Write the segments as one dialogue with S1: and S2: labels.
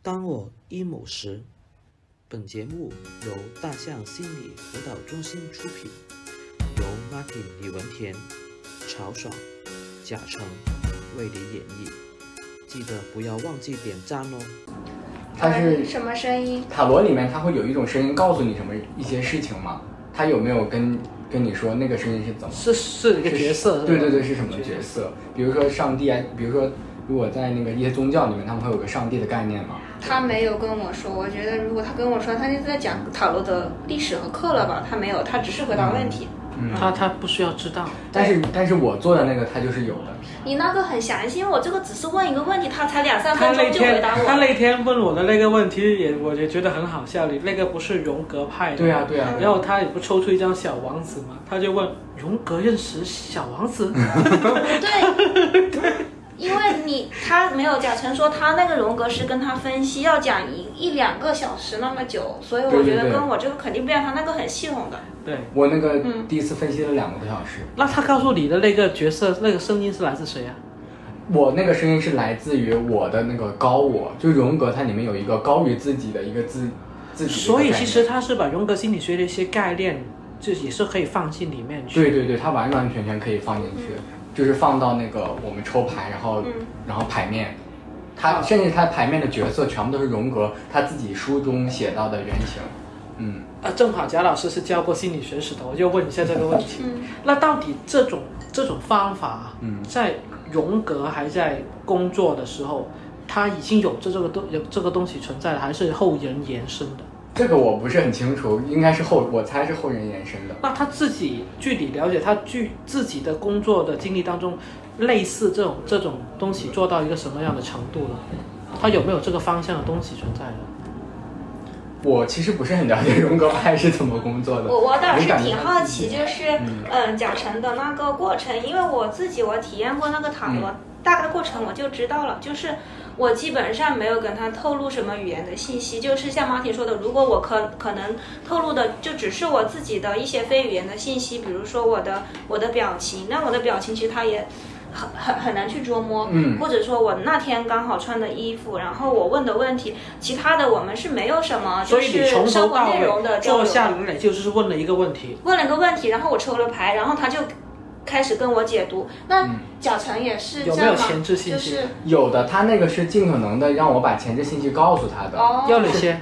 S1: 当我 emo 时，本节目由大象心理辅导中心出品，由 Martin 李文田、曹爽、贾成为你演绎。记得不要忘记点赞哦！
S2: 它是
S3: 呃什么声音？
S2: 塔罗里面它会有一种声音告诉你什么一些事情吗？它有没有跟跟你说那个声音是怎么？
S4: 是是一个角色，是吧
S2: 对对对，是什么角？色？比如说上帝啊，比如说如果在那个一些宗教里面，他们会有个上帝的概念嘛？
S3: 他没有跟我说，我觉得如果他跟我说，他就在讲塔罗的历史和课了吧？他没有，他只是回答问题。
S2: 嗯，
S4: 他他不需要知道，
S2: 但是但是我做的那个它就是有的。
S3: 你那个很详细，我这个只是问一个问题，他才两三
S4: 他
S3: 分
S4: 那
S3: 钟就回
S4: 天
S3: 答我。
S4: 他 那天问我的那个问题也，我也觉得很好笑。你那个不是荣格派的，
S2: 对啊对啊，对
S4: 然
S2: 啊
S4: 后他也不抽出一张小王子嘛，他就问荣格认识小王子，
S3: 对，因为你他没有贾成说他那个荣格是跟他分析要讲一一两个小时那么久，所以我
S2: 对对
S3: 觉得
S2: 对
S3: 跟我这个肯定不一样，他那个很系统的。
S4: 对。
S2: 我那个
S3: 嗯
S2: 第一次分析了两个多小时，
S4: 那他告诉你的那个角色，那个声音是来自谁啊？
S2: 我那个声音是来自于我的那个高我，就荣格它里面有一个高于自己的一个自自己的一个概念。
S4: 所以其实他是把荣格心理学的一些概念，这也是可以放进里面去。
S2: 对对对，它完完全全可以放进去，就是放到那个我们抽牌，然后、
S3: 嗯
S2: 然后牌面，它甚至它牌面的角色全部都是荣格他自己书中写到的原型。嗯，
S4: 啊，正好贾老师是教过心理学史的，我就问一下这个问题。
S3: 嗯，
S4: 那到底这种这种方法，
S2: 嗯
S4: 在荣格还在工作的时候，他已经有这这个东有这个东西存在了，还是后人延伸的？
S2: 这个我不是很清楚，应该是后我猜是后人延伸的。
S4: 那他自己具体了解他具自己的工作的经历当中，类似这种这种东西做到一个什么样的程度呢？他有没有这个方向的东西存在呢？
S2: 我其实不是很了解荣格派是怎么工作的，
S3: 我我倒
S2: 能
S3: 是
S2: 感觉
S3: 挺
S2: 到
S3: 好
S2: 自己
S3: 奇，就是
S2: 嗯
S3: 嗯贾成的那个过程，因为我自己我体验过那个塔
S4: 嗯
S3: 罗，大概过程我就知道了，就是。我基本上没有跟他透露什么语言的信息，就是像马婷说的，如果我可可能透露的就只是我自己的一些非语言的信息，比如说我的我的表情，那我的表情其实他也很很很难去捉摸，
S2: 嗯
S3: 或者说我那天刚好穿的衣服，然后我问的问题，其他的我们是没有什么啊就
S4: 所以你
S3: 是
S4: 从头
S3: 生活
S4: 到
S3: 内容的
S4: 尾
S3: 交
S4: 坐
S3: 流。
S4: 下来就是问了一个问题，
S3: 问了个问题，然后我抽了牌，然后他就开始跟我解读。那
S2: 嗯
S3: 脚程也是
S4: 有
S3: 这
S4: 没有
S3: 样吗？
S4: 前置信
S3: 就
S4: 息？
S3: 是
S2: 有的，他那个是尽可能的让我把前置信息告诉他的，
S3: 哦，
S4: 要哪些？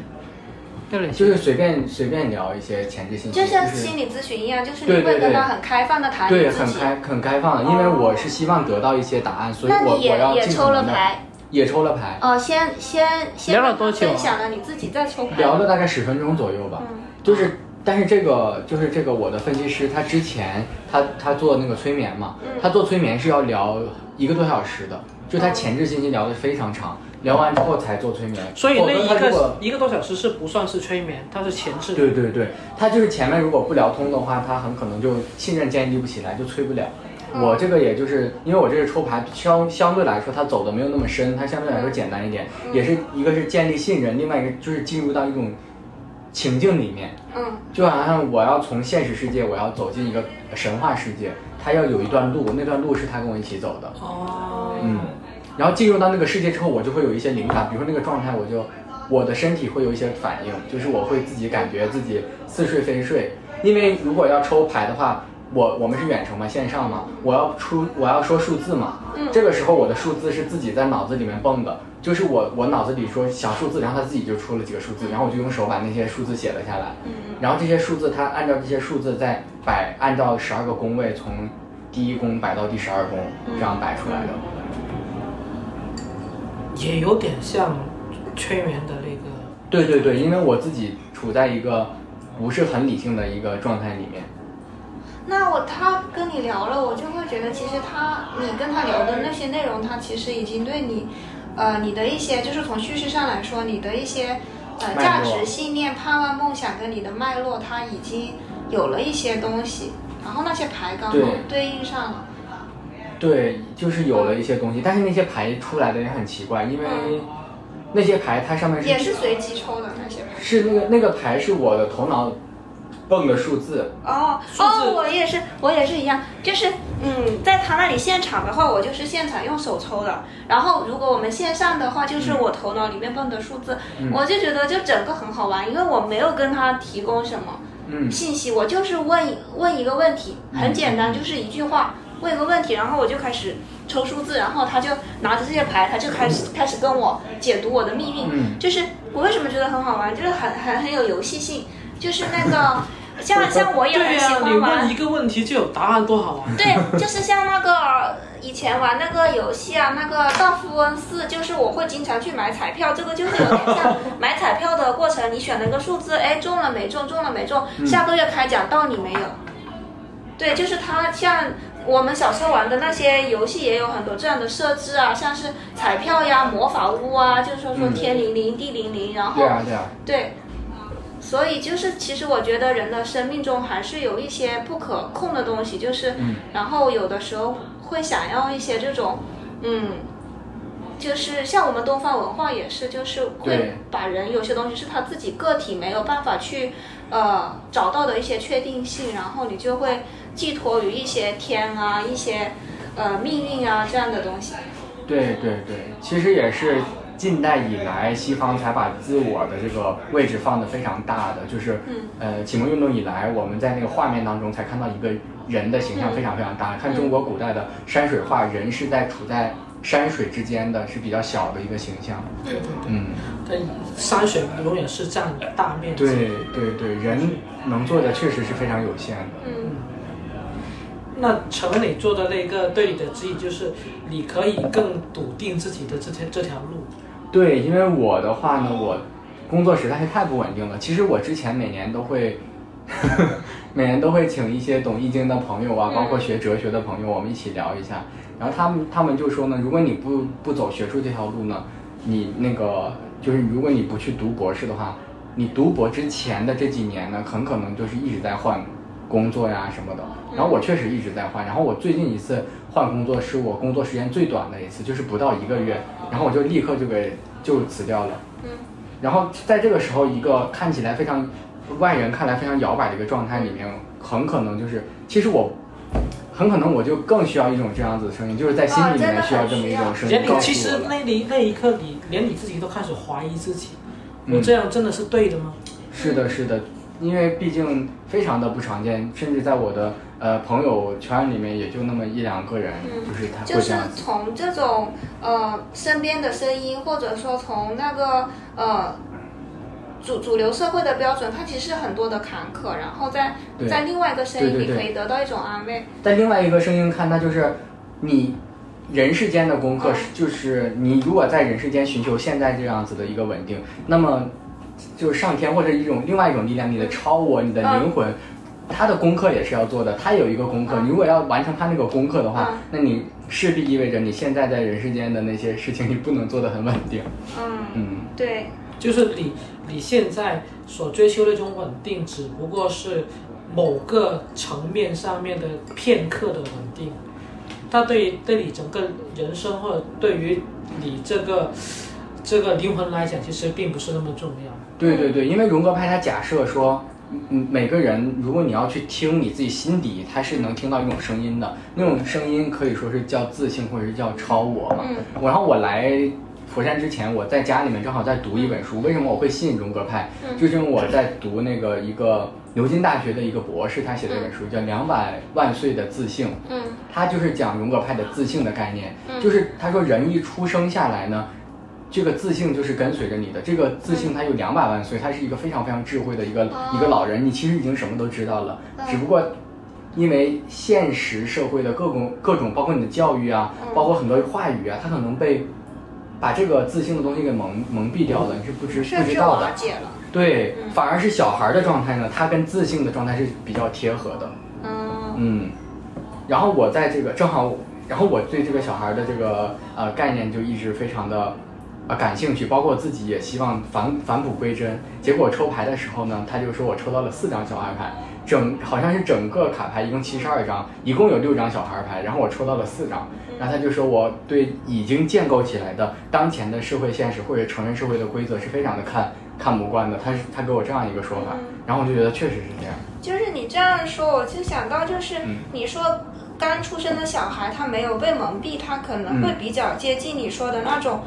S4: 要哪
S2: 就
S4: 些？
S2: 是随便随便聊一些前置信息，
S3: 就像
S2: 是
S3: 心理咨询一样，就是
S2: 对
S3: 你
S2: 对
S3: 会跟他
S2: 对
S3: 很开放的谈你
S2: 对，
S3: 自
S2: 很
S3: 己。
S2: 开很开放的，因为
S3: 哦
S2: 我是希望得到一些答案，所以
S3: 那
S2: 我
S3: 你
S2: 我
S3: 也
S2: 要
S3: 也
S2: 尽
S3: 抽
S2: 可
S3: 了
S2: 能的
S3: 牌，
S2: 也抽了牌，
S3: 哦，先先先
S4: 聊了
S3: 跟他
S4: 多久啊
S3: 分享了你自己再抽牌。
S2: 聊了大概十分钟左右吧，
S3: 嗯
S2: 就是。但是这个就是这个我的分析师，他之前他他做那个催眠嘛，
S3: 嗯哦
S2: 他做催眠是要聊一个多小时的，就他前置信息聊的非常长，聊完之后才做催眠。
S4: 所以
S2: 否
S4: 那
S2: 则他如
S4: 一
S2: 果
S4: 个一个多小时是不算是催眠，它是前置。
S2: 对对对，他就是前面如果不聊通的话，他很可能就信任建立不起来，就催不了。
S3: 嗯
S2: 我这个也就是因为我这个抽牌相相对来说，它走的没有那么深，它相对来说简单一点，也是一个是建立信任，另外一个就是进入到一种情境里面，
S3: 嗯，
S2: 就好像我要从现实世界，我要走进一个神话世界，它要有一段路，那段路是他跟我一起走的，
S4: 哦，
S2: 嗯，然后进入到那个世界之后，我就会有一些灵感，比如说那个状态，我就我的身体会有一些反应，就是我会自己感觉自己似睡非睡，因为如果要抽牌的话，我我们是远程嘛，线上嘛，我要出我要说数字嘛，
S3: 嗯
S2: 这个时候我的数字是自己在脑子里面蹦的，就是我我脑子里说想数字，然后它自己就出了几个数字，然后我就用手把那些数字写了下来，然后这些数字它按照这些数字再摆，按照十二个宫位从第一宫摆到第十二宫，这样摆出来的。
S4: 也有点像催眠的那个。
S2: 对对对，因为我自己处在一个不是很理性的一个状态里面。
S3: 那我他跟你聊了，我就会觉得其实他你跟他聊的那些内容，他其实已经对你，呃，你的一些就是从叙事上来说，你的一些呃
S2: 脉
S3: 价
S2: 络
S3: 值、信念、盼望、梦想跟你的脉络，他已经有了一些东西，然后那些牌刚好
S2: 对
S3: 对应上了。
S2: 对，就是有了一些东西，但是那些牌出来的也很奇怪，因为
S3: 嗯
S2: 那些牌它上面是
S3: 也是随机抽的那些牌。
S2: 是那个那个牌是我的头脑蹦的数字，
S3: 哦
S4: 数字
S3: 哦，我也是，我也是一样，就是嗯，在他那里现场的话，我就是现场用手抽的。然后如果我们线上的话，就是我头脑里面蹦的数字，
S2: 嗯
S3: 我就觉得就整个很好玩，因为我没有跟他提供什么
S2: 嗯
S3: 信息，我就是问问一个问题，很简单，就是一句话，问一个问题，然后我就开始抽数字，然后他就拿着这些牌，他就开始开始跟我解读我的命运。
S2: 嗯
S3: 就是我为什么觉得很好玩，就是很很很有游戏性，就是那 个像像我也
S4: 对
S3: 很喜
S4: 呀、你
S3: 欢玩
S4: 问一。个问题就有答案，多好啊玩！
S3: 对，就是像那个以前玩那个游戏啊，那个大富翁四，就是我会经常去买彩票，这个就是有点 像买彩票的过程，你选了一个数字，哎，中了没中，中了没中，
S4: 嗯
S3: 下个月开奖到你没有。对，就是它像。我们小时候玩的那些游戏也有很多这样的设置啊，像是彩票呀、魔法屋啊，就是说说
S2: 嗯
S3: 天灵灵、地灵灵，然后
S2: 对啊对啊，
S3: 对，所以就是其实我觉得人的生命中还是有一些不可控的东西，就是，
S2: 嗯
S3: 然后有的时候会想要一些这种，嗯，就是像我们东方文化也是，就是会
S2: 对
S3: 把人有些东西是他自己个体没有办法去呃找到的一些确定性，然后你就会寄托于一些天啊、一些呃命运啊这样的东西。
S2: 对对对，其实也是近代以来西方才把自我的这个位置放得非常大的，就是、
S3: 嗯
S2: 呃启蒙运动以来，我们在那个画面当中才看到一个人的形象非常非常大。看中国古代的山水画，人是在处在山水之间的，是比较小的一个形象。
S4: 对对对，
S2: 嗯，
S4: 但山水永远是占大面积。
S2: 对对对，人能做的确实是非常有限的。
S3: 嗯
S4: 那成了你做的那个对你的指引就是，你可以更笃定自己的这条这条路。
S2: 对，因为我的话呢，我工作实在是太不稳定了。其实我之前每年都会， 每年都会请一些懂易经的朋友啊，包括学哲学的朋友，我们一起聊一下。然后他们他们就说呢，如果你不不走学术这条路呢，你那个就是如果你不去读博士的话，你读博之前的这几年呢，很可能就是一直在换工作呀什么的。然后我确实一直在换，然后我最近一次换工作是我工作时间最短的一次，就是不到一个月，然后我就立刻就给就辞掉了。
S3: 嗯
S2: 然后在这个时候，一个看起来非常外人看来非常摇摆的一个状态里面，很可能就是，其实我很可能我就更需要一种这样子的声音，就是在心里面需要这么一种声音
S4: 连
S2: 告
S4: 你其
S2: 诉
S4: 实
S2: 我了。
S4: 那里那一刻你，连你自己都开始怀疑自己，
S2: 嗯
S4: 我这样真的是对的吗？
S2: 是
S3: 嗯
S2: 的，是的，因为毕竟非常的不常见，甚至在我的呃朋友圈里面也就那么一两个人，
S3: 嗯
S2: 就是他
S3: 就
S2: 会这
S3: 是
S2: 样子。
S3: 从这种呃身边的声音，或者说从那个呃主主流社会的标准，它其实很多的坎坷，然后在
S2: 对
S3: 在另外一个声音，
S2: 对对
S3: 你
S2: 对
S3: 可以得到一种安慰。
S2: 但另外一个声音看，它就是你人世间的功课
S3: 嗯
S2: 是，就是你如果在人世间寻求现在这样子的一个稳定，那么就是上天或者一种另外一种力量，你的超我，你的
S3: 嗯
S2: 灵魂。他的功课也是要做的，他有一个功课，
S3: 嗯
S2: 你如果要完成他那个功课的话
S3: 嗯，
S2: 那你势必意味着你现在在人世间的那些事情，你不能做得很稳定。
S3: 嗯，
S2: 嗯，
S3: 对，
S4: 就是你你现在所追求的那种稳定，只不过是某个层面上面的片刻的稳定，它对于对你整个人生或者对于你这个这个灵魂来讲，其实并不是那么重要。
S2: 对对对，因为荣格派他假设说，嗯，每个人如果你要去听你自己心底，他是能听到一种声音的，那种声音可以说是叫自信或者是叫超我嘛。
S3: 嗯
S2: 我然后我来佛山之前，我在家里面正好在读一本书，为什么我会信荣格派？
S3: 嗯
S2: 就是因为我在读那个一个牛津大学的一个博士他写的一本书，叫《两百万岁的自信》。
S3: 嗯
S2: 他就是讲荣格派的自信的概念，
S3: 嗯
S2: 就是他说人一出生下来呢，这个自信就是跟随着你的，这个自信它有两百万岁，它是一个非常非常智慧的一个、
S3: 嗯哦
S2: 一个老人，你其实已经什么都知道了，
S3: 嗯
S2: 只不过。因为现实社会的各种各种，包括你的教育啊，
S3: 嗯
S2: 包括很多话语啊，它可能被把这个自信的东西给蒙蒙蔽掉了，
S3: 嗯
S2: 你是不知
S3: 甚
S2: 不知
S3: 至
S2: 道的
S3: 瓦。解了。
S2: 对，
S3: 嗯
S2: 反而是小孩的状态呢，他跟自信的状态是比较贴合的。
S3: 嗯
S2: 嗯，然后我在这个正好，然后我对这个小孩的这个呃概念就一直非常的呃感兴趣，包括我自己也希望返返璞归真。结果抽牌的时候呢，他就说我抽到了四张小孩牌，整好像是整个卡牌一共七十二张，一共有六张小孩牌，然后我抽到了四张。然后他就说我对已经建构起来的当前的社会现实或者成人社会的规则是非常的看看不惯的，他是他给我这样一个说法
S3: 嗯，
S2: 然后我就觉得确实是这样。
S3: 就是你这样说，我就想到就是
S2: 嗯
S3: 你说刚出生的小孩，他没有被蒙蔽，他可能会比较接近你说的那种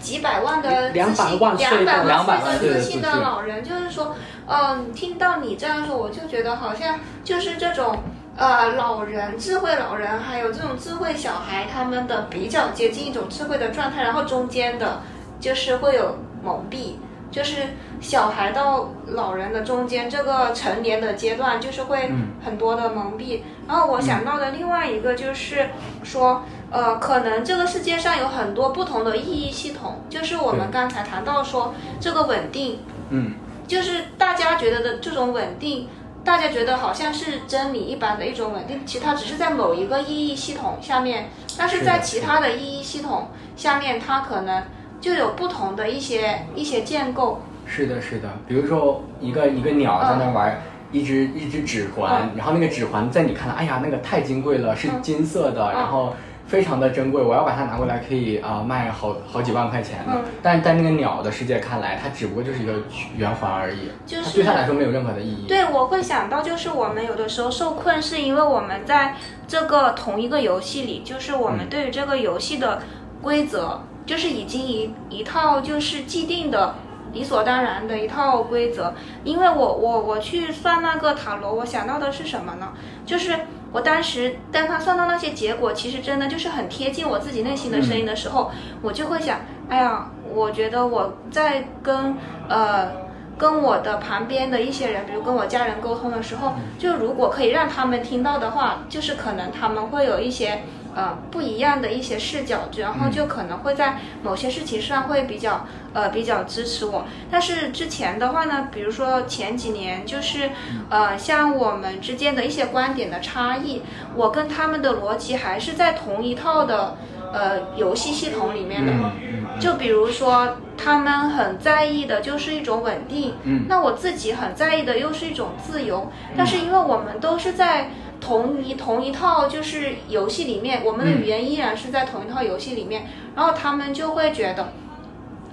S3: 几百万的自
S4: 两百
S3: 信，
S4: 万岁
S3: 两百
S4: 的
S2: 两百
S3: 万
S2: 万
S3: 岁
S2: 岁
S3: 的
S2: 的
S3: 自信的
S2: 自信
S3: 老人，就是说，嗯、听到你这样说，我就觉得好像就是这种。呃，老人、智慧老人，还有这种智慧小孩，他们的比较接近一种智慧的状态，然后中间的，就是会有蒙蔽，就是小孩到老人的中间这个成年的阶段，就是会
S2: 嗯
S3: 很多的蒙蔽。然后我想到的另外一个就是说，呃，可能这个世界上有很多不同的意义系统，就是我们
S2: 对
S3: 刚才谈到说这个稳定，
S2: 嗯，
S3: 就是大家觉得的这种稳定。大家觉得好像是真理一般的一种稳定，其实它只是在某一个意义系统下面，但是
S2: 是
S3: 在
S2: 的
S3: 其
S2: 是的
S3: 他的意义系统下面，它可能就有不同的一些一些建构。
S2: 是的，是的。比如说一个一个鸟在那玩。一只一只指环，然后那个指环在你看来，哎呀，那个太金贵了，是
S3: 嗯
S2: 金色的，
S3: 嗯
S2: 然后非常的珍贵，我要把它拿过来可以啊、卖好好几万块钱的。
S3: 嗯
S2: 但在那个鸟的世界看来，它只不过就是一个圆环而已，
S3: 就是
S2: 它对它来说没有任何的意义。
S3: 对，我会想到就是我们有的时候受困，是因为我们在这个同一个游戏里，就是我们
S2: 嗯
S3: 对于这个游戏的规则，就是已经一一套就是既定的。理所当然的一套规则，因为我我我去算那个塔罗，我想到的是什么呢？就是我当时当他算到那些结果，其实真的就是很贴近我自己内心的声音的时候，我就会想，哎呀，我觉得我在跟呃跟我的旁边的一些人，比如跟我家人沟通的时候，
S2: 嗯
S3: 就如果可以让他们听到的话，就是可能他们会有一些呃不一样的一些视角，然后
S2: 嗯
S3: 就可能会在某些事情上会比较呃比较支持我。但是之前的话呢，比如说前几年就是
S2: 嗯
S3: 呃像我们之间的一些观点的差异，我跟他们的逻辑还是在同一套的呃游戏系统里面的。
S2: 嗯嗯嗯
S3: 就比如说，他们很在意的就是一种稳定，
S2: 嗯
S3: 那我自己很在意的又是一种自由。但是因为我们都是在同一同一套就是游戏里面，我们的
S2: 嗯
S3: 语言依然是在同一套游戏里面，然后他们就会觉得，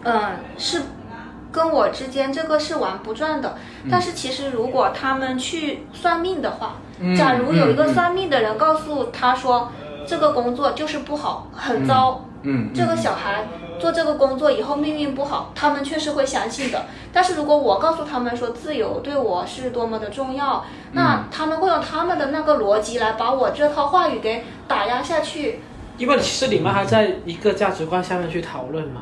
S3: 嗯，是跟我之间这个是玩不转的。但是其实如果他们去算命的话，
S2: 嗯
S3: 假如有一个
S2: 嗯嗯
S3: 算命的人告诉他说，这个工作就是不好，很糟。
S2: 嗯，
S3: 这个
S2: 嗯
S3: 小孩做这个工作以后命运不好，他们确实会相信的。但是如果我告诉他们说自由对我是多么的重要，
S2: 嗯
S3: 那他们会用他们的那个逻辑来把我这套话语给打压下去。
S4: 因为其实你们还在一个价值观下面去讨论嘛，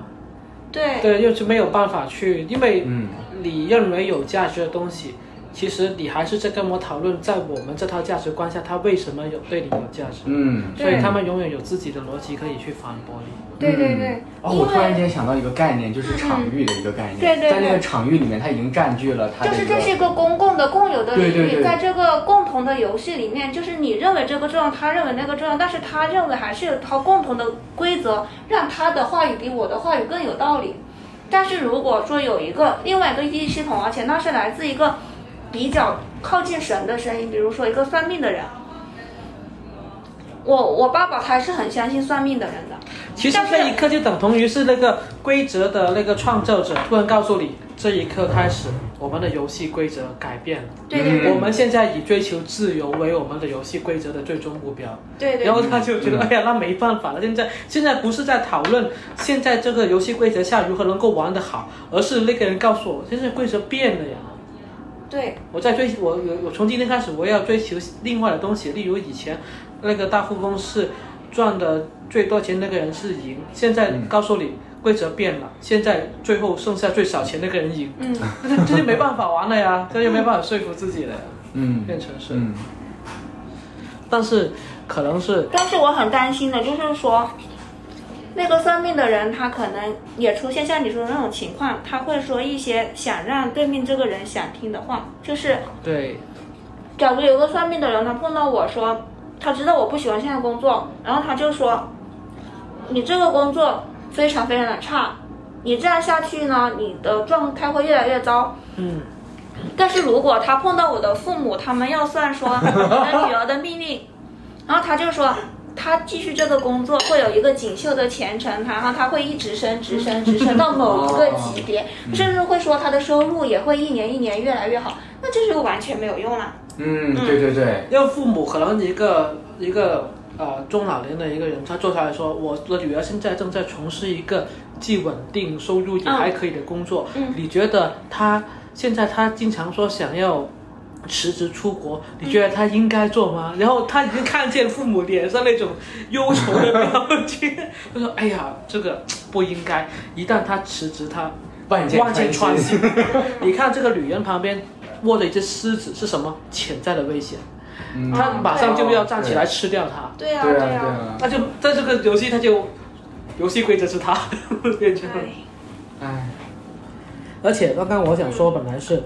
S3: 对，
S4: 对，又是没有办法去，因为
S2: 嗯
S4: 你认为有价值的东西，其实你还是在跟我讨论，在我们这套价值观下，它为什么有对你有价值，
S2: 嗯，
S4: 所以他们永远有自己的逻辑可以去反驳你。
S3: 对对
S2: 嗯
S3: 对
S2: 哦，
S3: 因
S2: 我突然
S3: 为嗯
S2: 间想到一个概念，就是场域的一个概念。
S3: 对对
S2: 在那
S3: 对
S2: 个场域里面，它已经占据了它
S3: 就
S2: 的一
S3: 是
S2: 个。
S3: 这是一个公共的共有的领域，
S2: 对对对
S3: 在这个共同的游戏里面，就是你认为这个重要，他认为那个重要，但是他认为还是有一套共同的规则，让他的话语比我的话语更有道理。但是如果说有一个另外一个意义系统，而且那是来自一个比较靠近神的声音，比如说一个算命的人，我我爸爸他是很相信算命的人的，
S4: 其实这一刻就等同于是那个规则的那个创造者突然告诉你，这一刻开始，我们的游戏规则改变了，
S3: 对对对
S2: 嗯
S4: 我们现在以追求自由为我们的游戏规则的最终目标。
S3: 对对
S4: 然后
S3: 对
S4: 他就觉得，哎呀，那没办法了。现在现在不是在讨论现在这个游戏规则下如何能够玩得好，而是那个人告诉我，现在规则变了呀。
S3: 对，
S4: 我在追我我我从今天开始我要追求另外的东西，例如以前那个大富翁是赚的最多钱那个人是赢，现在
S2: 嗯
S4: 告诉你规则变了，现在最后剩下最少钱那个人赢，
S3: 嗯。
S4: 那这就没办法玩了呀，这就没办法说服自己了呀，
S2: 嗯
S4: 变成是，
S2: 嗯
S4: 但是可能是
S3: 但是我很担心的就是说，那个算命的人他可能也出现像你说的那种情况，他会说一些想让对面这个人想听的话，就是
S4: 对，
S3: 假如有个算命的人，他碰到我说，他知道我不喜欢现在工作，然后他就说，你这个工作非常非常的差，你这样下去呢，你的状态会越来越糟。
S4: 嗯。
S3: 但是如果他碰到我的父母，他们要算说我的女儿的命运，然后他就说他继续这个工作会有一个锦绣的前程，然后他会一直升、直升、直升到某一个级别，甚至会说他的收入也会一年一年越来越好，那这就完全没有用了。
S2: 嗯，对对对，
S4: 因为父母可能一个一个呃中老年的一个人，他坐下来说，我的女儿现在正在从事一个既稳定、收入也
S3: 嗯
S4: 还可以的工作，
S3: 嗯
S4: 你觉得他现在他经常说想要。辞职出国，你觉得他应该做吗？然后他已经看见父母脸上那种忧愁的表情，他说：“哎呀，这个不应该。一旦他辞职，他
S2: 万箭
S4: 嗯万箭穿
S2: 穿
S4: 心
S2: 心。。
S4: 你看这个女人旁边握着一只狮子，是什么潜在的危险？
S2: 嗯
S4: 她马上就要站起来哎
S2: 对
S4: 吃掉它。
S3: 对啊，
S2: 对啊，
S3: 啊，
S2: 啊，
S4: 那就在这个游戏，它就游戏规则是它 变成了。
S3: 哎
S2: 哎，
S4: 而且刚刚我想说，本来是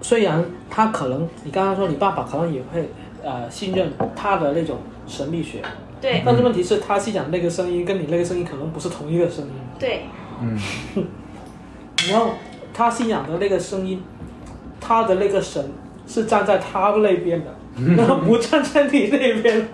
S4: 虽然他可能你刚刚说你爸爸可能也会呃信任他的那种神秘学，
S3: 哎对
S4: 但是问题是，他欣赏那个声音跟你那个声音可能不是同一个声音。
S3: 对，
S2: 嗯，
S4: 然后他信仰的那个声音，他的那个神是站在他那边 的，然后不站在你那边的。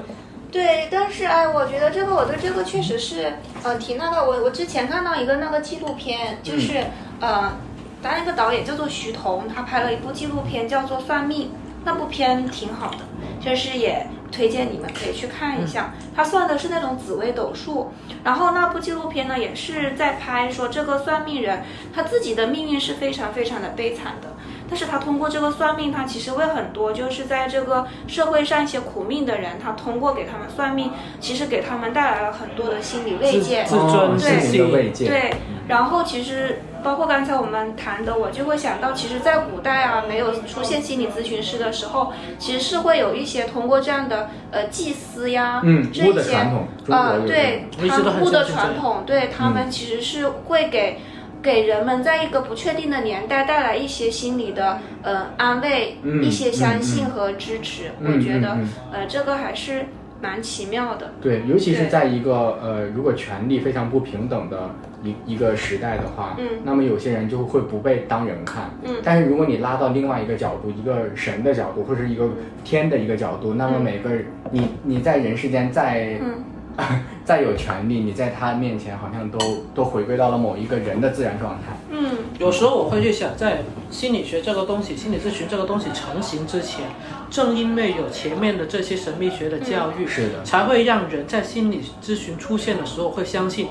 S3: 对，但是哎，我觉得这个我对这个确实是，呃，提那个我我之前看到一个那个纪录片，就是、呃，当然一个导演叫做徐彤，他拍了一部纪录片叫做《算命》，那部片挺好的，就是也推荐你们可以去看一下。
S4: 嗯
S3: 他算的是那种紫微斗数，然后那部纪录片呢也是在拍说这个算命人他自己的命运是非常非常的悲惨的。但是他通过这个算命，他其实为很多就是在这个社会上一些苦命的人，他通过给他们算命，其实给他们带来了很多的心理慰藉。
S4: 自尊
S2: 哦
S4: 自
S2: 心灵的
S4: 信
S2: 慰藉，
S3: 对，然后其实包括刚才我们谈的，我就会想到，其实，在古代啊，没有出现心理咨询师的时候，其实是会有一些通过这样的呃祭司呀，
S2: 嗯，
S3: 这
S2: 巫
S3: 一
S2: 的传
S3: 些
S2: 统，中国
S3: 呃，
S2: 有嗯
S3: 对
S4: 我一直
S3: 他
S4: 都
S3: 们
S4: 很
S3: 巫的
S4: 相信这
S3: 传
S4: 样
S3: 统，对他们其实是会给。给人们在一个不确定的年代带来一些心理的呃安慰，
S2: 嗯
S3: 一些相
S2: 嗯
S3: 信
S2: 嗯
S3: 和支持。
S2: 嗯
S3: 我觉得、
S2: 嗯嗯
S3: 呃这个还是蛮奇妙的。
S2: 对，尤其是
S3: 对
S2: 在一个呃，如果权力非常不平等的一一个时代的话，
S3: 嗯
S2: 那么有些人就会不被当人看，
S3: 嗯
S2: 但是如果你拉到另外一个角度，一个神的角度，或者是一个天的一个角度，那么
S3: 嗯
S2: 每个人你你在人世间再、
S3: 嗯
S2: 再有权利，你在他面前好像都都回归到了某一个人的自然状态。
S3: 嗯
S4: 有时候我会去想，在心理学这个东西、心理咨询这个东西成型之前，正因为有前面的这些神秘学的教育，
S2: 是的
S4: 才会让人在心理咨询出现的时候会相信，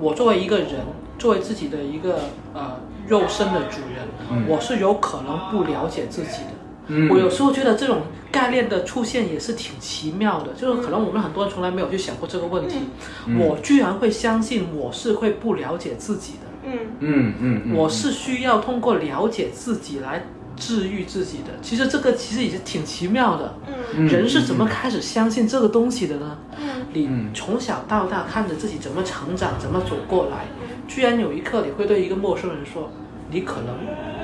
S4: 我作为一个人，作为自己的一个呃肉身的主人，
S2: 嗯
S4: 我是有可能不了解自己的。
S2: 嗯
S4: 我有时候觉得这种概念的出现也是挺奇妙的，就是可能我们很多人从来没有去想过这个问题，
S2: 嗯
S4: 我居然会相信我是会不了解自己的。
S3: 嗯
S2: 嗯嗯，嗯
S4: 我是需要通过了解自己来治愈自己的。其实这个其实也是挺奇妙的。
S3: 嗯
S2: 嗯
S4: 人是怎么开始相信这个东西的呢？
S3: 嗯
S4: 你
S2: 嗯
S4: 从小到大看着自己怎么成长，怎么走过来，居然有一刻你会对一个陌生人说：“你可能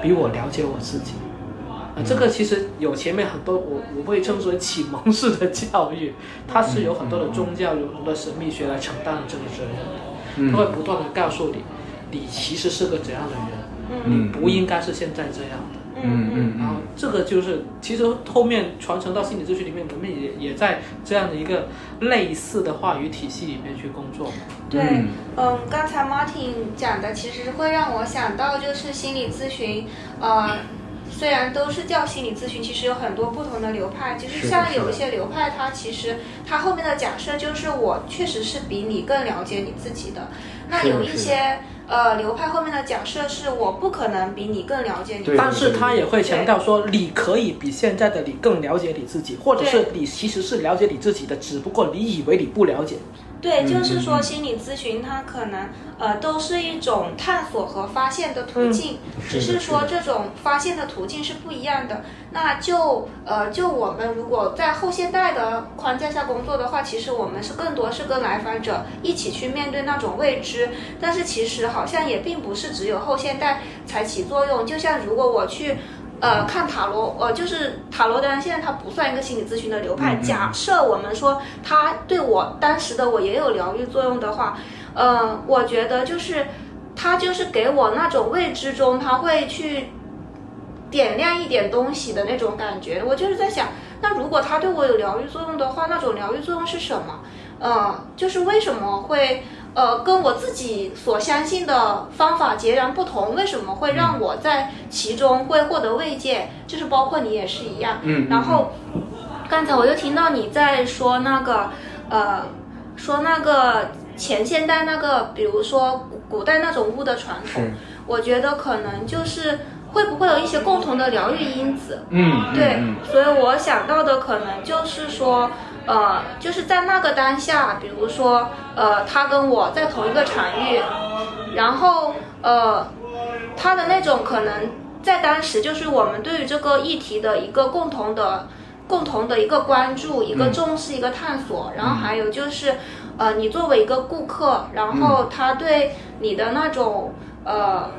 S4: 比我了解我自己。”
S2: 嗯
S4: 啊，这个其实有前面很多我我会称之为启蒙式的教育，它是有很多的宗教、有很多的神秘学来承担这个责任的。
S2: 嗯
S4: 他会不断的告诉你，你其实是个怎样的人，
S3: 嗯
S2: 嗯
S4: 不应该是现在这样的。
S2: 嗯
S3: 嗯
S2: 嗯
S4: 然后
S2: 嗯
S4: 这个就是，其实后面传承到心理咨询里面，我们也也在这样的一个类似的话语体系里面去工作。
S3: 对
S2: 嗯，
S3: 嗯，刚才 Martin 讲的其实会让我想到，就是心理咨询，呃，虽然都是叫心理咨询，其实有很多不同的流派。其实
S2: 是的
S3: 像
S2: 是的
S3: 有一些流派，它其实它后面的假设就是我确实是比你更了解你自己的。那
S2: 是的
S3: 有一
S2: 是的
S3: 些呃流派后面的假设是我不可能比你更了解你
S2: 对
S4: 但是他也会强调说，你可以比现在的你更了解你自己，或者是你其实是了解你自己的，只不过你以为你不了解。
S3: 对，
S2: 嗯
S3: 就是
S2: 嗯
S3: 说
S2: 嗯
S3: 心理咨询它可能呃都是一种探索和发现的途径，只
S2: 嗯是的
S3: 是说
S2: 是
S3: 这种发现的途径是不一样的。那就呃就我们如果在后现代的框架下工作的话，其实我们是更多是跟来访者一起去面对那种未知，但是其实好像也并不是只有后现代才起作用。就像如果我去。呃，看塔罗，呃，就是塔罗，当然现在它不算一个心理咨询的流派。
S2: 嗯嗯
S3: 假设我们说它对我当时的我也有疗愈作用的话，呃，我觉得就是它就是给我那种未知中，它会去点亮一点东西的那种感觉。我就是在想，那如果它对我有疗愈作用的话，那种疗愈作用是什么？呃，就是为什么会呃跟我自己所相信的方法截然不同？为什么会让我在其中会获得慰藉？就是包括你也是一样。
S2: 嗯嗯
S3: 然后刚才我又听到你在说那个。呃，说那个前现代那个，比如说古古代那种巫的传统，
S2: 嗯是，
S3: 我觉得可能就是会不会有一些共同的疗愈因子？
S2: 嗯，
S3: 对
S2: 嗯，
S3: 所以我想到的可能就是说，呃，就是在那个当下，比如说，呃，他跟我在同一个场域，然后呃，他的那种可能在当时就是我们对于这个议题的一个共同的。共同的一个关注，一个
S2: 嗯
S3: 重视，一个探索，然后还有就是，呃，你作为一个顾客，然
S2: 嗯
S3: 后他对你的那种呃，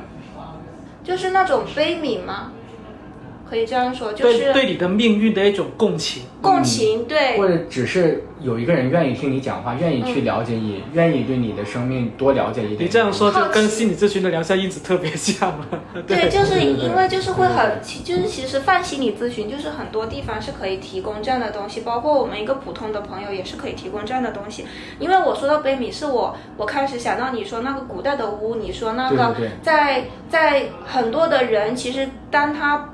S3: 就是那种悲悯嘛，可以这样说，就
S4: 对
S3: 是
S4: 对你的命运的一种共情。
S3: 共情，
S2: 或
S3: 对
S2: 者只是有一个人愿意听你讲
S3: 嗯
S2: 话，愿意去了解你，愿意对你的生命多了解一点。
S4: 你这样说就
S3: 好奇
S4: 跟心理咨询的疗效因子特别像了。
S3: 对，就是
S2: 对对对
S3: 因为就是会很，其就是其实泛心理咨询，就是很多地方是可以提供这样的东西，包括我们一个普通的朋友也是可以提供这样的东西。因为我说到悲悯，是我我开始想到你说那个古代的巫，你说那
S2: 对
S3: 个
S2: 对对
S3: 在在很多的人，其实当他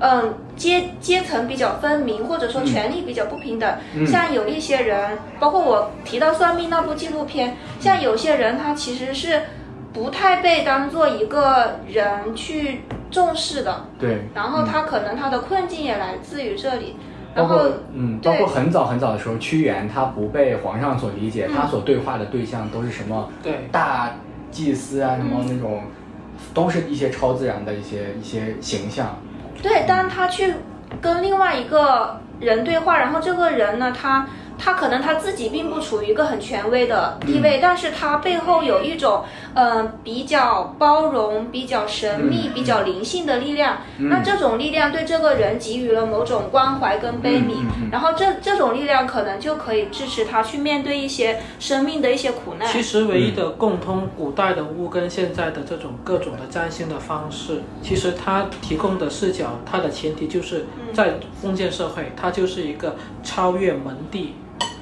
S3: 嗯阶阶层比较分明，或者说权力比较不平等，
S2: 嗯
S3: 像有一些人，包括我提到算命那部纪录片，像有些人他其实是不太被当做一个人去重视的，
S2: 对，
S3: 然后他可能他的困境也来自于这里，
S2: 包
S3: 然后
S2: 括嗯，包括
S3: 对
S2: 很早很早的时候，屈原他不被皇上所理解，
S3: 嗯
S2: 他所对话的对象都是什么
S4: 对，
S2: 大祭司啊，什么
S3: 嗯
S2: 那种，都是一些超自然的一些一些形象。
S3: 对，当他去跟另外一个人对话，然后这个人呢，他他可能他自己并不处于一个很权威的地
S2: 嗯
S3: 位，但是他背后有一种呃比较包容、比较神秘、
S2: 嗯
S3: 比较灵性的力量。
S2: 嗯
S3: 那这种力量对这个人给予了某种关怀跟悲
S2: 嗯
S3: 悯，
S2: 嗯嗯
S3: 然后这这种力量可能就可以支持他去面对一些生命的一些苦难。
S4: 其实唯一
S2: 嗯
S4: 的共通，古代的巫跟现在的这种各种的占星的方式，其实它提供的视角，它的前提就是在封建社会，它就是一个超越门第、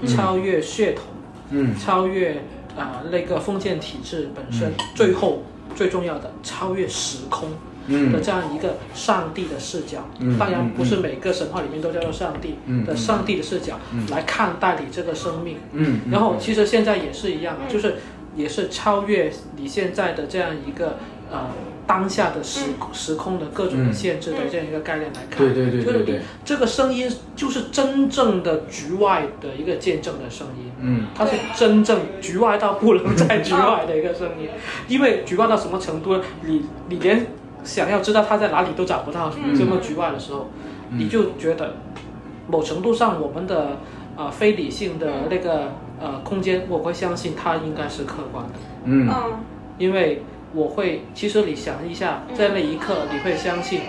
S4: 超越血统、
S2: 嗯
S4: 超越啊、那个封建体制本身，最后最重要的超越时空。的
S2: 嗯
S4: 这样一个上帝的视角，
S2: 嗯
S4: 当然不
S2: 嗯
S4: 是
S2: 嗯
S4: 每个神话里面都叫做上帝
S2: 嗯
S4: 的
S2: 嗯
S4: 上帝的视角来看待你这个生命。
S2: 嗯，
S4: 然后其实现在也是一样，啊就是也是超越你现在的这样一个呃当下的时时空的各种的
S2: 嗯
S4: 限制的这样一个概念来看，
S2: 对对对
S4: 就是
S2: 对
S4: 你
S2: 对，
S4: 这个声音就是真正的局外的一个见证的声音。
S2: 嗯
S4: 它是真正局外到不能再局外的一个声音，因为局外到什么程度呢？你你连想要知道它在哪里都找不到，
S3: 嗯
S4: 这么局外的时候，
S2: 嗯
S4: 你就觉得某程度上我们的呃非理性的那个呃空间，我会相信它应该是客观的，
S2: 嗯
S3: 嗯，
S4: 因为我会其实你想一下，在那一刻你会相信。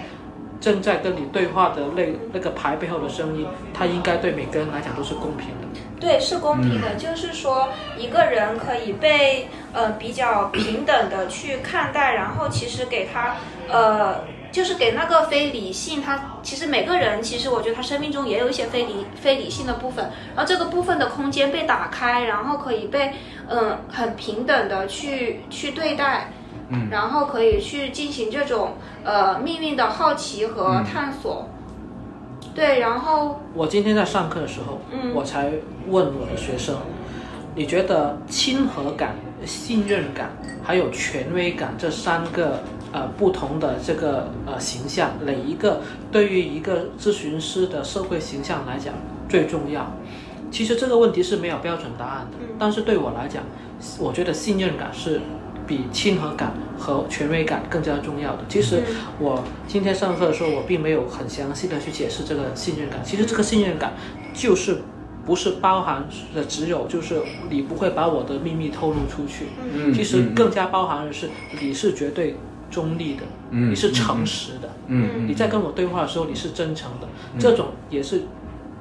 S4: 正在跟你对话的那那个牌背后的声音，它应该对每个人来讲都是公平的。
S3: 对，是公平
S2: 嗯
S3: 的，就是说一个人可以被呃比较平等的去看待，然后其实给他呃。就是给那个非理性，他其实每个人，其实我觉得他生命中也有一些非理非理性的部分，然后这个部分的空间被打开，然后可以被嗯、呃很平等的去去对待，
S2: 嗯
S3: 然后可以去进行这种呃命运的好奇和
S2: 嗯
S3: 探索，对，然后
S4: 我今天在上课的时候，
S3: 嗯
S4: 我才问我的学生，你觉得亲和感、信任感还有权威感这三个呃不同的这个呃形象，哪一个对于一个咨询师的社会形象来讲最重要？其实这个问题是没有标准答案的，但是对我来讲，我觉得信任感是比亲和感和权威感更加重要的。其实我今天上课的时候，我并没有很详细的去解释这个信任感。其实这个信任感就是不是包含的只有就是你不会把我的秘密透露出去，
S2: 嗯，
S4: 其实更加包含的是你是绝对中立的，
S2: 嗯
S4: 你是诚实的。
S2: 嗯嗯
S4: 你在跟我对话的时候，你是真诚的，这种也是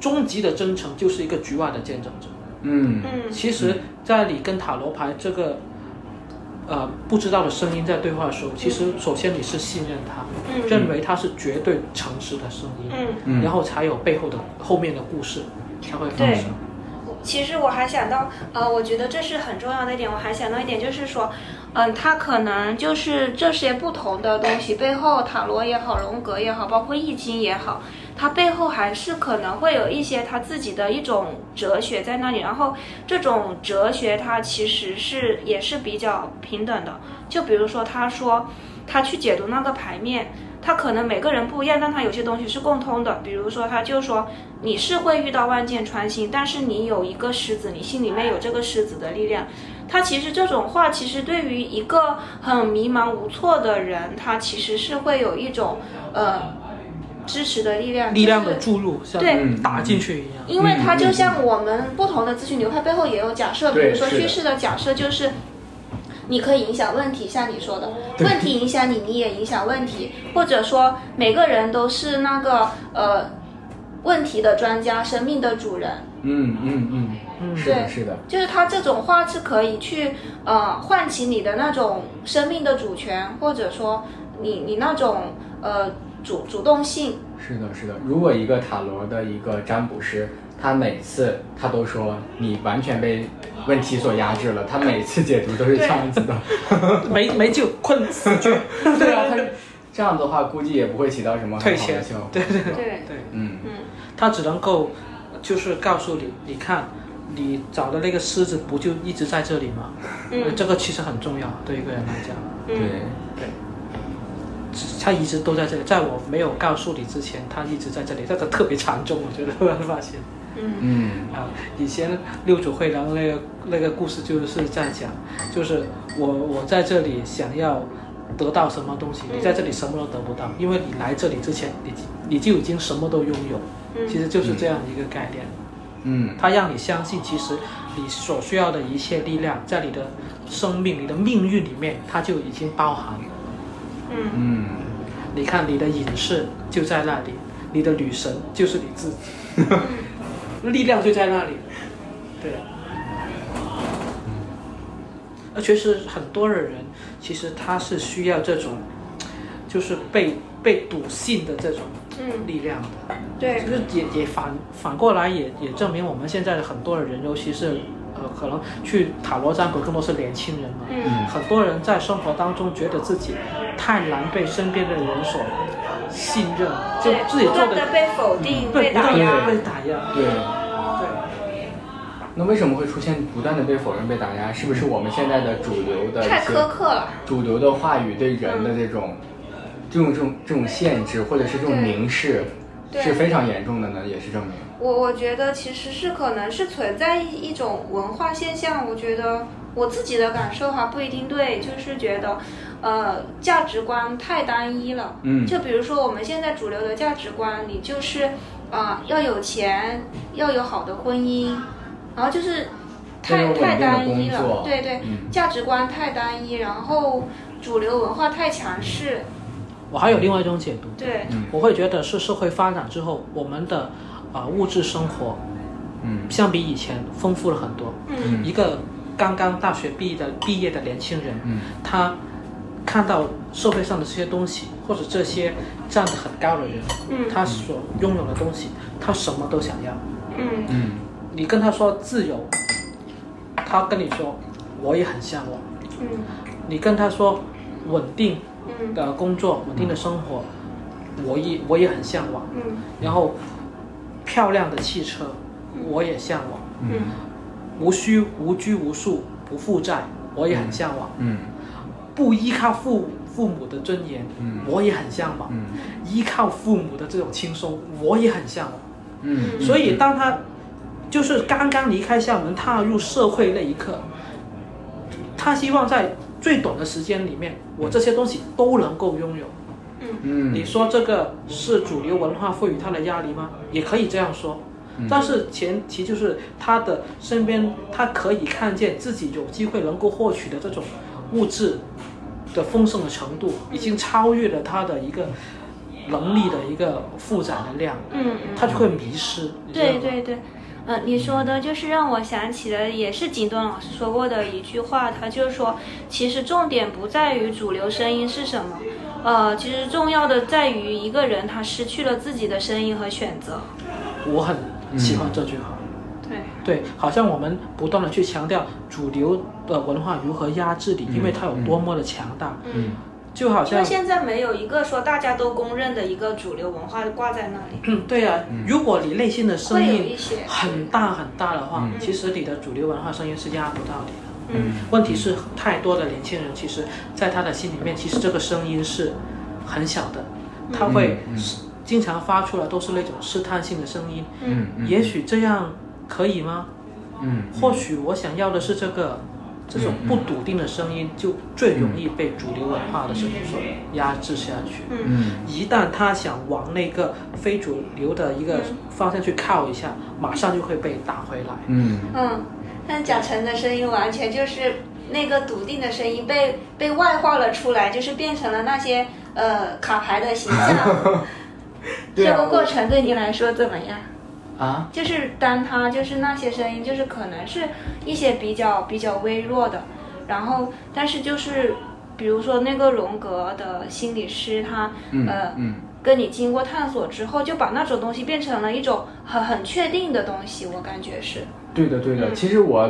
S4: 终极的真诚，就是一个局外的见证者。
S2: 嗯
S3: 嗯
S4: 其实，在你跟塔罗牌这个呃不知道的声音在对话的时候，其实首先你是信任他，
S3: 嗯
S4: 认为他是绝对诚实的声音，
S3: 嗯。
S2: 嗯
S4: 然后才有背后的后面的故事才会发
S3: 对
S4: 生。
S3: 其实我还想到，呃，我觉得这是很重要的一点。我还想到一点，就是说，嗯，它可能就是这些不同的东西背后，塔罗也好，荣格也好，包括易经也好，它背后还是可能会有一些他自己的一种哲学在那里。然后这种哲学它其实是也是比较平等的。就比如说他说他去解读那个牌面，他可能每个人不一样，但他有些东西是共通的。比如说他就说你是会遇到万箭穿心，但是你有一个狮子，你心里面有这个狮子的力量。他其实这种话，其实对于一个很迷茫无措的人，他其实是会有一种呃支持的力量，
S4: 力量的
S3: 就是
S4: 注入，像
S3: 对
S4: 打进去一样。
S3: 因为它就像我们不同的咨询流派背后也有假设，比
S2: 对
S3: 如说
S2: 是的
S3: 叙事的假设就是。你可以影响问题，像你说的，
S4: 对
S3: 问题影响你，你也影响问题，或者说每个人都是那个呃问题的专家，生命的主人，
S2: 嗯嗯嗯，是的，是的，
S3: 就是他这种话是可以去呃唤起你的那种生命的主权，或者说你你那种呃主主动性，
S2: 是的，是的。如果一个塔罗的一个占卜师，他每次他都说你完全被问题所压制了，他每次解读都是这样子的。
S4: 没没救，困死局。
S2: 对啊，他这样的话估计也不会起到什么很好的
S4: 退钱
S2: 效果。
S4: 对对对
S3: 对
S4: 对，
S2: 嗯，
S4: 他只能够就是告诉你，你看你找的那个狮子不就一直在这里吗？
S3: 嗯
S4: 这个其实很重要，对一个人来讲，
S2: 对
S3: 嗯，
S4: 对。他一直都在这里，在我没有告诉你之前，他一直在这里，但他特别长重，我觉得突然发现。
S2: 嗯
S4: 啊，以前六祖慧能那个那个故事就是在讲，就是我我在这里想要得到什么东西，
S3: 嗯
S4: 你在这里什么都得不到，因为你来这里之前，你你就已经什么都拥有，
S3: 嗯
S4: 其实就是这样一个概念。
S2: 嗯
S4: 它让你相信，其实你所需要的一切力量，在你的生命、你的命运里面，它就已经包含了。
S3: 嗯
S2: 嗯，
S4: 你看你的隐士就在那里，你的女神就是你自己，力量就在那里。对。啊而确实，很多的人其实他是需要这种，就是被被笃信的这种
S3: 嗯，
S4: 力量的。
S3: 对
S4: 其，实也也反反过来也也证明我们现在的很多的人，尤其是呃可能去塔罗占卜更多是年轻人嘛，
S3: 嗯
S4: 很多人在生活当中觉得自己太难被身边的人所信任，就
S3: 对，
S4: 自己
S3: 不
S4: 做
S3: 断
S4: 的
S3: 的被否定、
S2: 嗯
S4: 被
S3: 被
S4: 不断
S3: 打
S4: 地
S3: 压，
S4: 被打压，
S2: 对。
S4: 对，
S2: 那为什么会出现不断的被否认、被打压？是不是我们现在的主流的一
S3: 太
S2: 些
S3: 苛刻了。
S2: 主流的话语对人
S3: 嗯
S2: 的这种、这种、这种、这种限制，或者是这种
S3: 对
S2: 凝视，
S3: 对
S2: 是非常严重的呢？也是证明。
S3: 我我觉得其实是可能是存在一种文化现象，我觉得我自己的感受哈不一定对，就是觉得，呃，价值观太单一了。
S2: 嗯
S3: 就比如说我们现在主流的价值观里，就是啊、要有钱，要有好的婚姻，然后就是
S2: 要
S3: 太
S2: 有稳
S3: 太
S2: 定的
S3: 单一
S2: 工作
S3: 了，对对，
S2: 嗯
S3: 价值观太单一，然后主流文化太强势，
S4: 我还有另外一种解读，
S3: 对，
S4: 我会觉得是社会发展之后，我们的啊、呃物质生活
S2: 嗯
S4: 相比以前丰富了很多，
S3: 嗯
S4: 一个刚刚大学毕业的毕业的年轻人，
S2: 嗯
S4: 他看到社会上的这些东西，或者这些站得很高的人，
S3: 嗯
S4: 他所拥有的东西，他什么都想要。
S3: 嗯
S2: 嗯
S4: 你跟他说自由，他跟你说我也很向往。
S3: 嗯
S4: 你跟他说稳定
S3: 嗯
S4: 的工作、稳定的生活，我也我也很向往。
S3: 嗯
S4: 然后漂亮的汽车，我也向往。
S3: 嗯
S4: 无需无拘无束，不负债，我也很向往。
S2: 嗯
S4: 不依靠父父母的尊严，
S2: 嗯
S4: 我也很向往；
S2: 嗯
S4: 依靠父母的这种轻松，我也很向往。
S2: 嗯，
S4: 所以，当他就是刚刚离开校门，踏入社会那一刻，他希望在最短的时间里面，我这些东西都能够拥有。
S2: 嗯
S4: 你说这个是主流文化赋予他的压力吗？也可以这样说，但是前提就是他的身边，他可以看见自己有机会能够获取的这种物质的丰盛的程度，已经超越了他的一个能力的一个负载的量，
S3: 嗯。
S4: 他就会迷失。你知道吗
S3: 对对对，呃，你说的就是让我想起了，也是景东老师说过的一句话，他就说，其实重点不在于主流声音是什么，呃，其实重要的在于一个人他失去了自己的声音和选择。
S4: 我很喜欢这句话。
S2: 嗯
S3: 对，
S4: 对，好像我们不断的去强调主流的文化如何压制你，因为它有多么的强大。
S3: 嗯
S4: 就好
S3: 因为
S4: 像
S3: 现在没有一个说大家都公认的一个主流文化挂在那里，
S4: 嗯，对啊，如果你内心的声
S3: 会有
S4: 音
S3: 一些
S4: 很大很大的话，
S2: 嗯
S4: 其实你的主流文化声音是压不到你的。
S3: 嗯
S4: 问题是，太多的年轻人其实，在他的心里面，其实这个声音是很小的，他会
S2: 嗯嗯
S4: 经常发出来都是那种试探性的声音。
S2: 嗯嗯，
S4: 也许这样可以吗？
S2: 嗯，嗯
S4: 或许我想要的是这个，这种不笃定的声音就最容易被主流文化的声音所压制下去。
S3: 嗯
S2: 嗯
S4: 一旦他想往那个非主流的一个
S3: 嗯
S4: 方向去靠一下，马上就会被打回来。
S2: 嗯
S3: 嗯，但贾晨的声音完全就是那个笃定的声音被被外化了出来，就是变成了那些呃卡牌的形象。
S2: 对啊
S3: 这个过程对你来说怎么样？
S2: 啊，
S3: 就是当他就是那些声音，就是可能是一些比较比较微弱的，然后但是就是比如说那个荣格的心理师他，
S2: 嗯
S3: 呃
S2: 嗯
S3: 跟你经过探索之后，就把那种东西变成了一种很很确定的东西，我感觉是，
S2: 对的，对的。
S3: 嗯
S2: 其实我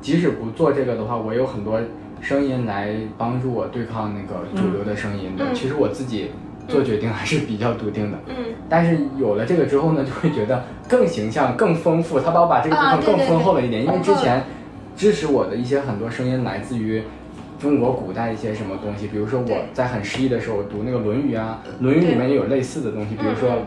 S2: 即使不做这个的话，我有很多声音来帮助我对抗那个主流的声音的。
S3: 嗯
S2: 其实我自己做决定还是比较笃定的。
S3: 嗯
S2: 但是有了这个之后呢，就会觉得更形象、更丰富。他把我把这个地
S3: 啊
S2: 方
S3: 对
S2: 更
S3: 对
S2: 丰
S3: 对
S2: 厚了一点，因为之
S3: 丰厚
S2: 前支持我的一些很多声音来自于中国古代一些什么东西，比如说我
S3: 对
S2: 在很失意的时候读那个《论语》啊，《论语》里面也有类似的东西，比如说
S3: 嗯。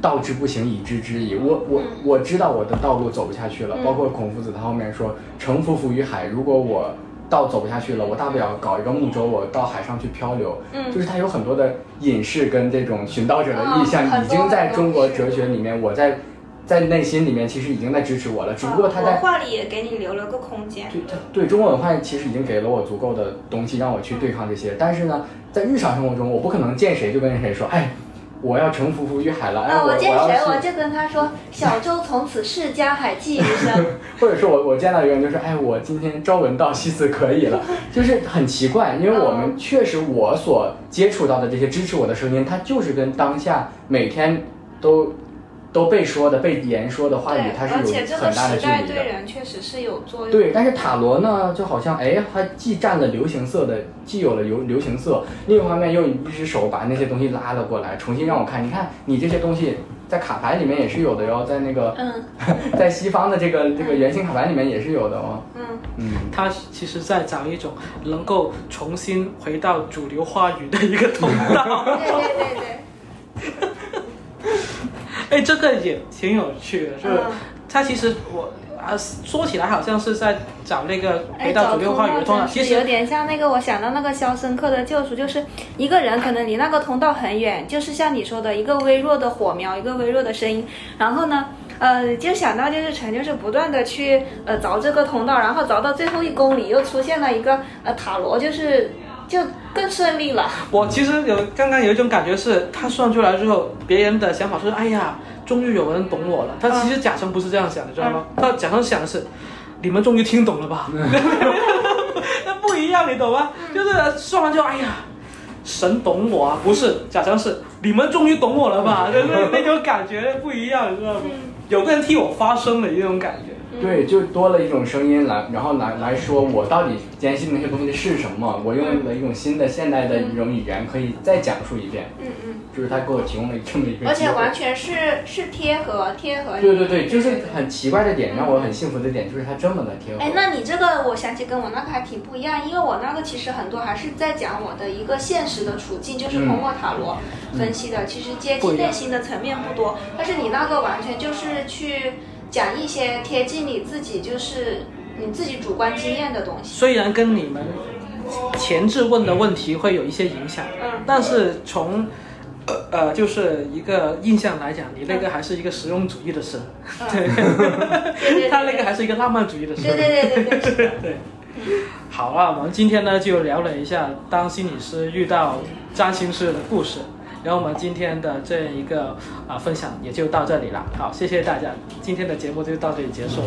S2: 道之不行，以知之矣。我我
S3: 嗯
S2: 我知道我的道路走不下去了。
S3: 嗯
S2: 包括孔夫子他后面说“乘浮浮于海”，如果我道走不下去了，我大不了搞一个木舟，我到海上去漂流。
S3: 嗯
S2: 就是他有很多的隐士跟这种寻道者的意
S3: 啊
S2: 向，已经在中国
S3: 很多
S2: 哲学里面，我在在内心里面其实已经在支持我了，只不过他
S3: 呃文
S2: 在
S3: 化里也给你留了个空间，
S2: 对他对中国文化其实已经给了我足够的东西让我去对抗这些，但是呢，在日常生活中，我不可能见谁就跟谁说，哎，我要乘浮浮于海了，哎，
S3: 啊，
S2: 我
S3: 我见
S2: 要
S3: 谁
S2: 去
S3: 我就跟他说，小周从此世家海记 余生。
S2: 或者说我我见到一个人就说，哎，我今天朝闻道，夕死可矣 了，就是很奇怪，因为我们
S3: 嗯
S2: 确实我所接触到的这些支持我的声音，它就是跟当下每天都都被说的、被言说的话语
S3: 对，，
S2: 它是
S3: 而且
S2: 有
S3: 这个
S2: 很大的
S3: 时
S2: 距
S3: 代
S2: 离
S3: 对
S2: 的。
S3: 人确实是有作用。
S2: 对，但是塔罗呢，就好像哎，它既占了流行色的，既有了流流行色，另一方面又一只手把那些东西拉了过来，重新让我看，你看你这些东西在卡牌里面也是有的哟，在那个
S3: 嗯
S2: 在西方的这个这个原型卡牌里面也是有的哦。
S3: 嗯，
S2: 嗯，
S4: 他其实在找一种能够重新回到主流话语的一个通道。
S3: 哦对对对对，
S4: 哎，这个也挺有趣的，就是
S3: 嗯
S4: 他其实我啊说起来好像是在找那个
S3: 哎，
S4: 回到
S3: 找
S4: 主流话语的
S3: 通
S4: 通道，
S3: 道
S4: 其
S3: 真是有
S4: 实
S3: 点像那个，我想到那个《肖申克的救赎》，就是一个人可能离那个通道很远，就是像你说的一个微弱的火苗，一个微弱的声音，然后呢。呃，就想到就是陈，就是不断的去呃凿这个通道，然后凿到最后一公里，又出现了一个呃塔罗，就是就更顺利了。
S4: 我其实有刚刚有一种感觉是，他算出来之后，别人的想法是哎呀，终于有人懂我了。他其实假成不是这样想的，知道吗？他假成想的是，你们终于听懂了 吧？那不一样，你懂吗？就是算完之后，哎呀。神懂我啊，不是，假装是你们终于懂我了吧？就是那种感觉不一样，你知道
S3: 嗯
S4: 吗？有个人替我发声的那种感觉。
S2: 对，就多了一种声音来，然后来来说我到底坚信那些东西是什么，我用了一种新的现代的一种语言可以再讲述一遍，
S3: 嗯嗯，
S2: 就是他给我提供了这么一个
S3: 而
S2: 机
S3: 且
S2: 会
S3: 完。全是是贴合贴合你。
S2: 对对对，就是很奇怪的点，让我很幸福的点就是他这么的贴合
S3: 哎，。那你这个我想起跟我那个还挺不一样，因为我那个其实很多还是在讲我的一个现实的处境，就是通过塔罗分析的，其实接
S4: 嗯不
S3: 近
S4: 一样
S3: 内心的层面不多。但是你那个完全就是去讲一些贴近你自己，就是你自己主观经验的东西。
S4: 虽然跟你们前置问的问题会有一些影响，
S3: 嗯
S4: 但是从呃呃，就是一个印象来讲，你那个还是一个实用主义的神，
S3: 嗯对对对
S4: 他那个还是一个浪漫主义的神。
S3: 对对对对对，是的
S4: 好了，我们今天呢就聊了一下当心理师遇到占星师的故事，然后我们今天的这一个啊、分享也就到这里了。好，谢谢大家，今天的节目就到这里结束了。